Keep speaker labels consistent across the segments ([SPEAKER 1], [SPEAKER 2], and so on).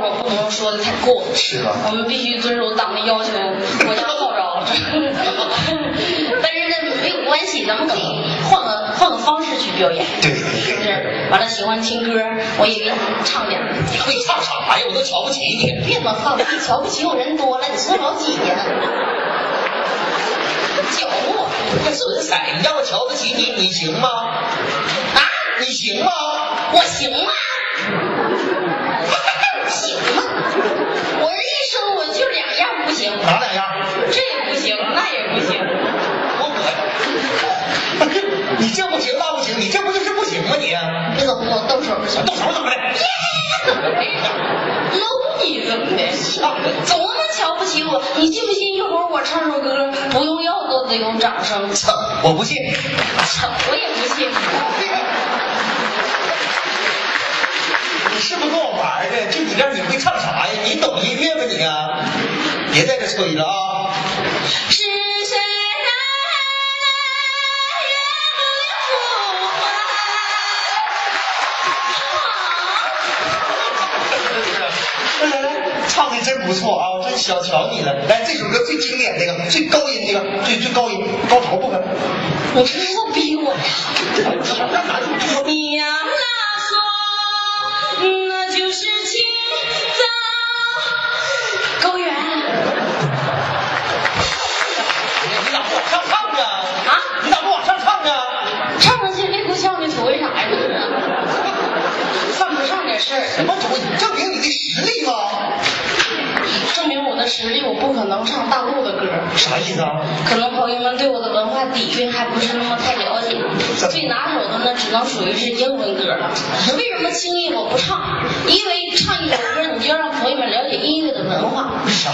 [SPEAKER 1] 我不能说的太过，
[SPEAKER 2] 是啊吧？
[SPEAKER 1] 我们必须遵守党的要求，国家号召。
[SPEAKER 3] 但是那没有关系，咱们可以换个换个方式去表演，
[SPEAKER 2] 对对
[SPEAKER 3] 是不
[SPEAKER 2] 对，
[SPEAKER 3] 是？完了，喜欢听歌，我也给你唱点。
[SPEAKER 2] 你会唱啥呀？我都瞧不起你。
[SPEAKER 3] 别我操，你瞧不起我人多了，你说老几呀？搅和我，
[SPEAKER 2] 那损色，你让我瞧不起你，你行吗？啊，你行吗？
[SPEAKER 3] 我行吗？行吗？我这一生我就两样不行，
[SPEAKER 2] 哪两样？
[SPEAKER 3] 这也不行，那也不行。
[SPEAKER 2] 我我， 你这不行那不行，你这不就是不行吗你？啊
[SPEAKER 3] 你怎么跟我动手不行？
[SPEAKER 2] 动手怎么的？
[SPEAKER 3] 搂你怎么的？总他妈瞧不起我！你信不信？一会儿我唱首歌，不用要都得有掌声。 操！
[SPEAKER 2] 我不信。
[SPEAKER 3] 我也不信。
[SPEAKER 2] 你是不是跟我玩的？就你这样，你会唱啥呀？你懂音乐吗你啊？别在这吹了啊！
[SPEAKER 3] 是谁在夜里呼唤？
[SPEAKER 2] 来来来， 唱的真不错啊，我真小瞧你了。来，这首歌最经典那个，最高音那个，最最高音高潮部分。哎
[SPEAKER 3] 你这是在逼我呀！
[SPEAKER 2] 那哪有？
[SPEAKER 3] 你呀、那说，那就是清早。公园
[SPEAKER 2] 你咋不往上唱啊？
[SPEAKER 3] 啊，
[SPEAKER 2] 你咋不往上唱啊？
[SPEAKER 3] 唱上去那股腔你图为啥呀？犯不上点事儿，
[SPEAKER 2] 什么主意？证明你的实力吗？
[SPEAKER 3] 证明我的实力，我不可能唱大陆的歌。
[SPEAKER 2] 啥意思啊？
[SPEAKER 3] 可能朋友们对我的文化底蕴还不是那么太了解，最拿手的呢，只能属于是英文歌了。为什么轻易我不唱？因为唱一首歌，你就要让朋友们了解音乐的文化。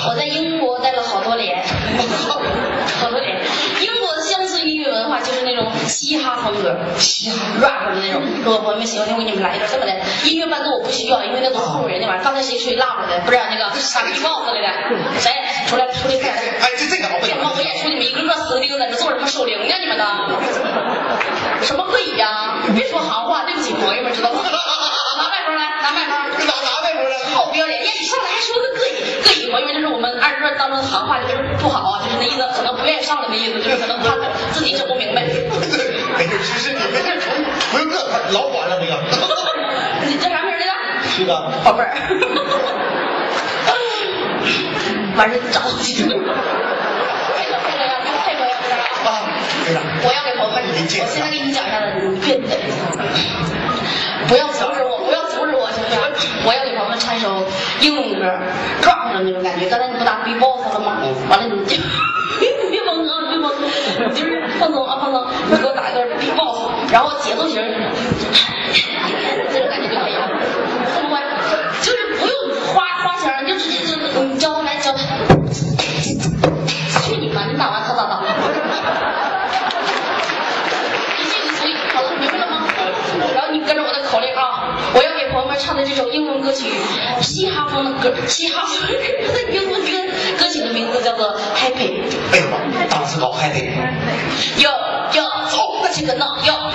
[SPEAKER 3] 我在英国待了好多年，好多年。英国的乡村音乐文化就是那种嘻哈风格，嘻哈 rap 的那种。如果朋友们喜欢听，我给你们来一段这么的。音乐伴奏我不需要，因为那都是哄人的玩意儿。刚才谁吹蜡了的？不是那个打个帽子来的？谁？出来出来看看。
[SPEAKER 2] 哎，这这个我会
[SPEAKER 3] 这
[SPEAKER 2] 唱。
[SPEAKER 3] 我演出，你们一个个死钉在这做什么守灵啊呢？你们呢？什么鬼呀、别说行话，对不起朋友们，知道吗？拿麦克风来，拿麦克风。
[SPEAKER 2] 拿拿外国人
[SPEAKER 3] 好不要脸！呀，你上来还说个膈应，膈应朋友们，这是我们二人转当中的行话，就是不好啊，就是那意思，可能不愿意上来的意思，就是可能怕自己整不明白。
[SPEAKER 2] 没事，其实你没事，不用客气，老管了没有？
[SPEAKER 3] 你叫啥名儿来着？
[SPEAKER 2] 是吧？
[SPEAKER 3] 宝贝儿。完事儿找去 了。配合配合呀，你配合呀，知道吧？
[SPEAKER 2] 啊，对了，
[SPEAKER 3] 我要给朋友们，我现在给你讲一下子，你别不要阻止我，不要阻止我，行不行？我要给朋友们唱一首英文歌，撞上那种感觉。刚才你不打 B-box 了吗？完了你就你别懵啊，别懵，你就是放松啊，放松。你给我打一段 B-box，然后节奏型，这种感觉就可以了，会不会？就是不用花花钱，你就直接就你教他来教他。去你妈！你打完他咋打？一句一足矣，好了，明白了吗？然后你跟着我的口令啊，我要给朋友们唱的这首英文歌曲，嘻哈风的歌，嘻哈风的英文歌歌曲的名字叫做 Happy。
[SPEAKER 2] 哎呦，档次高还得。
[SPEAKER 3] 哟哟，走，那去个闹，哟